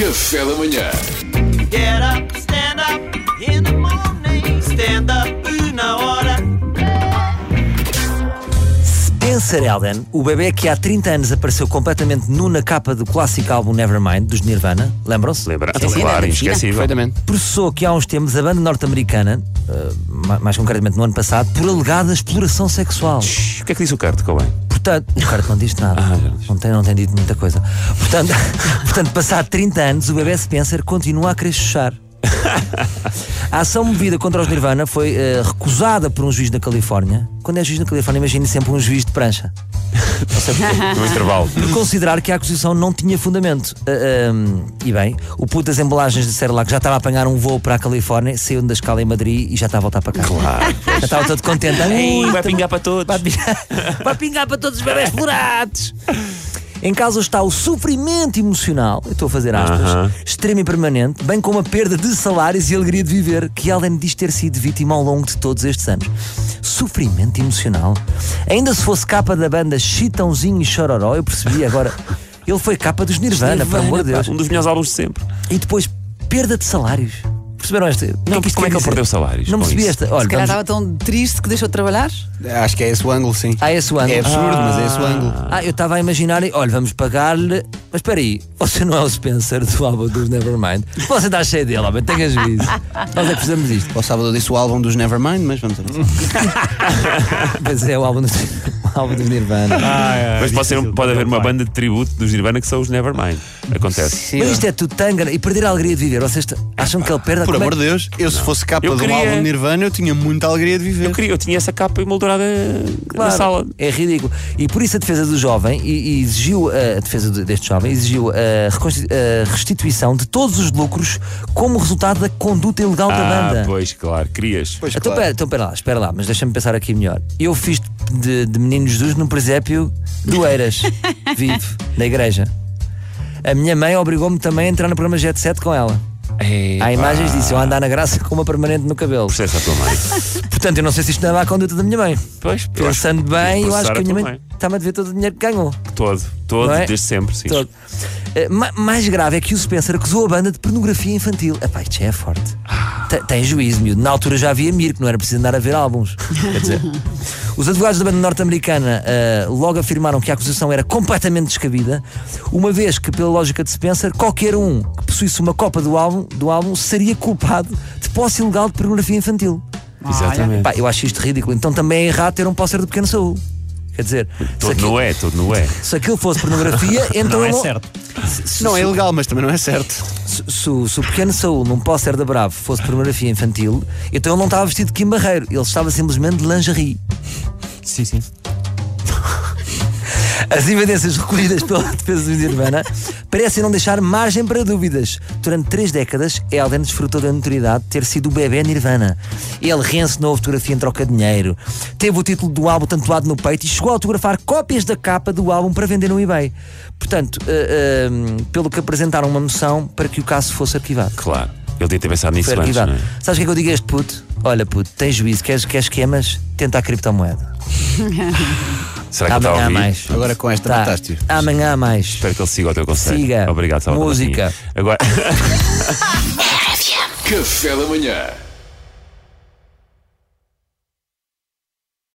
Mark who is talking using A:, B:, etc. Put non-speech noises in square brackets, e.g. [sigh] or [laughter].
A: Café da manhã.
B: Get up, stand up in the morning. Stand up na hora.
C: Spencer Elden, o bebê que há 30 anos apareceu completamente nu na capa do clássico álbum Nevermind, dos Nirvana, lembram-se?
D: Lembra?
E: Sim, sim,
D: claro,
E: da piscina.
D: inesquecível.
F: Perfeitamente.
C: Processou que há uns tempos a banda norte-americana, eh, ma- mais concretamente no ano passado, por alegada exploração sexual.
D: Shhh, O que é que disse o Kurt Cobain?
C: Portanto, o Carlos não diz nada.
D: Ah, já não diz.
C: não, tem, não tem dito muita coisa. Portanto, [laughs] portanto, passado 30 anos, o bebê Spencer continua a
D: [laughs]
C: querer chuchar. A ação movida contra os Nirvana foi eh, recusada por um juiz da Califórnia. Quando é juiz na Califórnia, imagine sempre um juiz
D: [laughs]
C: de prancha.
D: No intervalo.
C: Por considerar que a acusação não tinha fundamento. Ah, ahm, e bem, o puto das embalagens disseram lá que já estava a apanhar um voo para a Califórnia, saiu da escala em Madrid e já está a voltar para cá. Claro. [laughs] Já estava todo contente. Ui,
D: Ei, vai pingar para todos.
C: Vai pingar, vai pingar para todos os bebés florados. Em causa está o sofrimento emocional, eu estou a fazer aspas, extremo e permanente, bem como a perda de salários e alegria de viver, que Ellen diz ter sido vítima ao longo de todos estes anos. Sofrimento emocional? Ainda se fosse capa da banda Chitãozinho e Chororó, eu percebi
D: [laughs]
C: agora. Ele foi capa dos Nirvana, pelo amor de Deus.
D: Um dos melhores álbuns de sempre.
C: E depois, perda de salários. Perceberam esta?
D: Não, como é que ele perdeu salários?
C: Não
D: com
C: percebi
D: isso?
C: esta. Olha,
E: Se calhar
C: vamos-
E: estava tão triste que deixou de trabalhar.
F: Acho que é esse o ângulo, sim.
C: Ah, esse o ângulo.
F: É absurdo, mas é esse o ângulo.
C: Ah, eu estava a imaginar, olha, vamos pagar-lhe. Mas espera aí, você não é o Spencer do álbum dos Nevermind. Você está cheio dele, homem, tenha juízo. Nós é que precisamos disto.
F: Ao sábado eu disse o álbum dos Nevermind, mas vamos avançar.
C: Pois é, o álbum dos, o álbum dos Nirvana.
G: Ah, é,
D: Mas pode, ser, pode haver uma banda de tributo dos Nirvana que são os Nevermind. Acontece.
C: Mas isto é tudo tanga e perder a alegria de viver. Vocês t- acham que ele perde a
F: Por
C: como é
F: amor de Deus, eu se fosse capa
D: Eu
F: de um
D: queria-
F: álbum de Nirvana, eu tinha muita alegria de
D: Eu,
F: viver.
D: queria, eu tinha essa capa emoldurada na
C: Claro,
D: sala.
C: É ridículo. E por isso a defesa do jovem e- e exigiu eh, a defesa do- deste jovem exigiu a reconsti- a restituição de todos os lucros como resultado da conduta ilegal da
D: Ah,
C: banda.
D: pois, claro, querias.
F: Pois
C: Então,
F: claro.
C: pera, então pera lá, espera lá, mas deixa-me pensar aqui melhor. Eu fiz de, de Menino Jesus num presépio do
D: [laughs]
C: Eiras, vivo, na igreja. A minha mãe obrigou-me também a entrar no programa Jet 7 com ela.
D: Ei,
C: Há imagens disso, eu a andar na graça com uma permanente no cabelo.
D: Processa a tua
C: [laughs]
D: mãe.
C: Portanto, eu não sei se isto não é a conduta da minha mãe.
D: Pois, eu acho
C: Pensando
D: que
C: bem, eu
D: processar
C: acho que a minha
D: tua
C: mãe está-me a dever todo o dinheiro que ganhou.
D: Todo, todo,
C: Não é?
D: desde sempre, sim.
C: Todo. Eh, ma- mais grave é que o Spencer acusou a banda de pornografia infantil. Epá, isto já é forte.
D: Ah.
C: Te- Tem juízo, miúdo. Na altura já havia Mirko, não era preciso andar a
D: [laughs]
C: ver álbuns. Quer dizer, os advogados da banda norte-americana eh, logo afirmaram que a acusação era completamente descabida, uma vez que, pela lógica de Spencer, qualquer um que possuísse uma copa do álbum, do álbum seria culpado de posse ilegal de pornografia infantil.
G: Ah, É.
D: Exatamente.
C: Pá, eu acho isto ridículo. Então também é errado ter um póster do pequeno Saúl. Quer dizer, se
D: Todo
C: aquilo,
D: não é, todo não é.
C: se aquilo
G: [laughs]
C: fosse pornografia,
G: Não
C: então eu
G: é
C: não-
G: certo.
F: Não é ilegal, mas também não é certo.
C: Se, se- se o pequeno Saúl num póster da Bravo fosse pornografia infantil, então ele não estava vestido de Kim Barreiro, ele estava simplesmente de lingerie.
D: Sim, sim.
C: As evidências recolhidas pela [laughs] defesa do Nirvana parecem não deixar margem para dúvidas. Durante três décadas, Elden desfrutou da notoriedade de ter sido o bebê Nirvana. Ele reencenou a fotografia em troca de dinheiro, teve o título do álbum tatuado no peito e chegou a autografar cópias da capa do álbum para vender no eBay. Portanto, eh, eh, pelo que apresentaram uma moção para que o caso fosse arquivado.
D: Claro. Ele devia ter pensado nisso
C: Foi
D: antes,
C: arquivado.
D: não é?
C: Sabes o que é que eu digo a este puto? Olha, puto, tens juízo, queres, queres esquemas? Tenta a criptomoeda.
D: é? Será que ele está a
C: Amanhã há
D: ouvir?
C: mais.
F: Agora com esta
C: Tá.
F: mataste
C: Amanhã há mais.
D: Espero que ele siga o teu conselho.
C: Siga.
D: Obrigado, Salvador.
C: Música.
D: Agora.
A: Café da manhã.